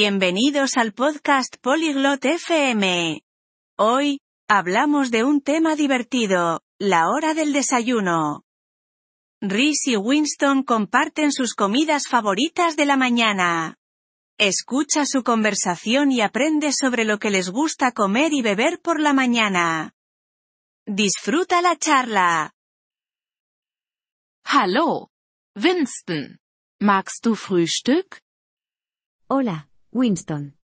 Bienvenidos al podcast Polyglot FM. Hoy, hablamos de un tema divertido, la hora del desayuno. Rhys y Winston comparten sus comidas favoritas de la mañana. Escucha su conversación y aprende sobre lo que les gusta comer y beber por la mañana. Disfruta la charla. Hallo. Winston. Magst du Frühstück? Hola, Winston.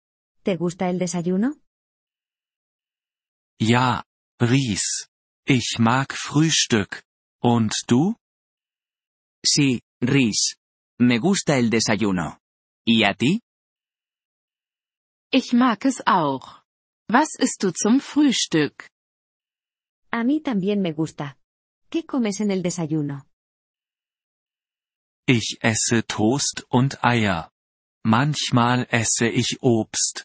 ¿Te gusta el desayuno? Ja, Ries. Ich mag Frühstück. Und du? Sí, Rhys. Me gusta el desayuno. ¿Y a ti? Ich mag es auch. Was isst du zum Frühstück? A mí también me gusta. ¿Qué comes en el desayuno? Ich esse Toast und Eier. Manchmal esse ich Obst.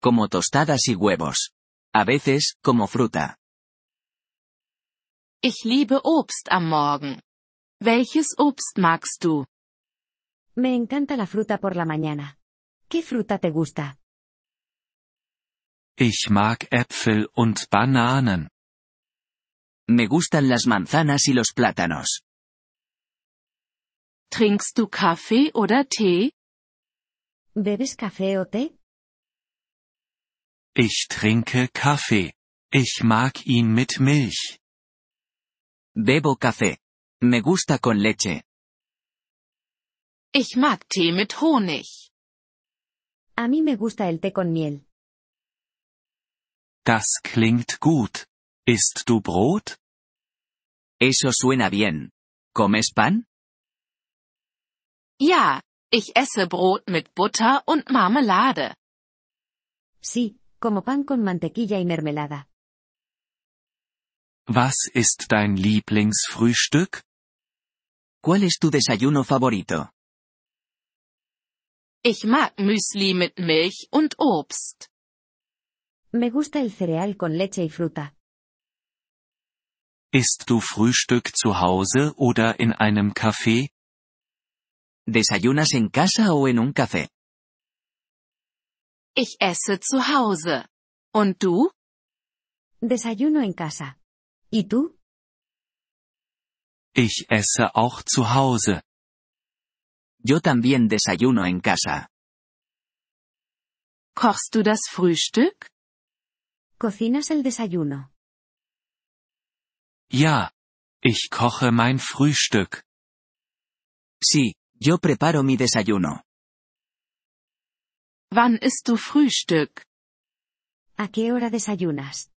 Como tostadas y huevos. A veces, como fruta. Ich liebe Obst am Morgen. Welches Obst magst du? Me encanta la fruta por la mañana. ¿Qué fruta te gusta? Ich mag Äpfel und Bananen. Me gustan las manzanas y los plátanos. Trinkst du Kaffee oder Tee? ¿Bebes café o té? Ich trinke Kaffee. Ich mag ihn mit Milch. Bebo café. Me gusta con leche. Ich mag Tee mit Honig. A mí me gusta el té con miel. Das klingt gut. Isst du Brot? Eso suena bien. ¿Comes pan? Ja, ich esse Brot mit Butter und Marmelade. Sí, como pan con mantequilla y mermelada. Was ist dein Lieblingsfrühstück? ¿Cuál es tu desayuno favorito? Ich mag Müsli mit Milch und Obst. Me gusta el cereal con leche y fruta. Isst du Frühstück zu Hause oder in einem Café? ¿Desayunas en casa o en un café? Ich esse zu Hause. Und du? Desayuno en casa. ¿Y tú? Ich esse auch zu Hause. Yo también desayuno en casa. Kochst du das Frühstück? ¿Cocinas el desayuno? Ja. Ich koche mein Frühstück. Sí, yo preparo mi desayuno. Wann isst du Frühstück? ¿A qué hora desayunas?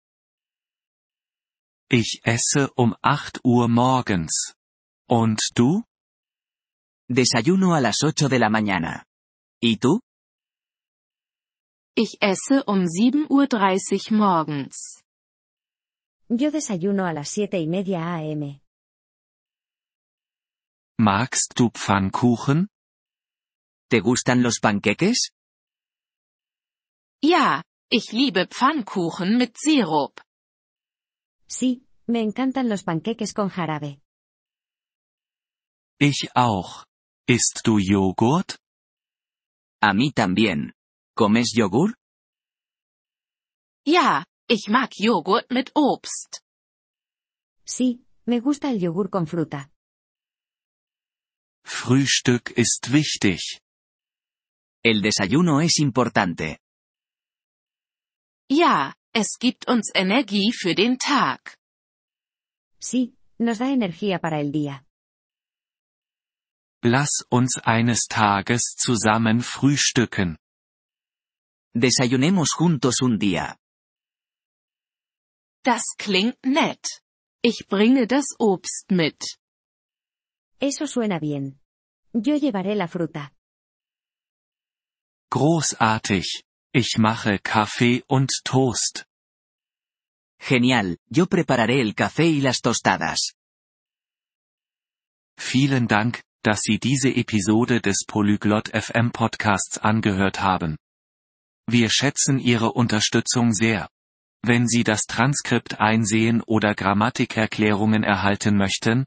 Ich esse um 8 Uhr morgens. Und du? Desayuno a las 8 de la mañana. ¿Y tú? Ich esse um 7.30 Uhr morgens. Yo desayuno a las siete y media a.m. Magst du Pfannkuchen? ¿Te gustan los panqueques? Ja, ich liebe Pfannkuchen mit Sirup. Sí, me encantan los panqueques con jarabe. Ich auch. Isst du Joghurt? A mí también. ¿Comes yogur? Ja, ich mag Joghurt mit Obst. Sí, me gusta el yogur con fruta. Frühstück ist wichtig. El desayuno es importante. Ja, es gibt uns Energie für den Tag. Sí, nos da energía para el día. Lass uns eines Tages zusammen frühstücken. Desayunemos juntos un día. Das klingt nett. Ich bringe das Obst mit. Eso suena bien. Yo llevaré la fruta. Großartig. Ich mache Kaffee und Toast. Genial, yo prepararé el café y las tostadas. Vielen Dank, dass Sie diese Episode des Polyglot FM Podcasts angehört haben. Wir schätzen Ihre Unterstützung sehr. Wenn Sie das Transkript einsehen oder Grammatikerklärungen erhalten möchten,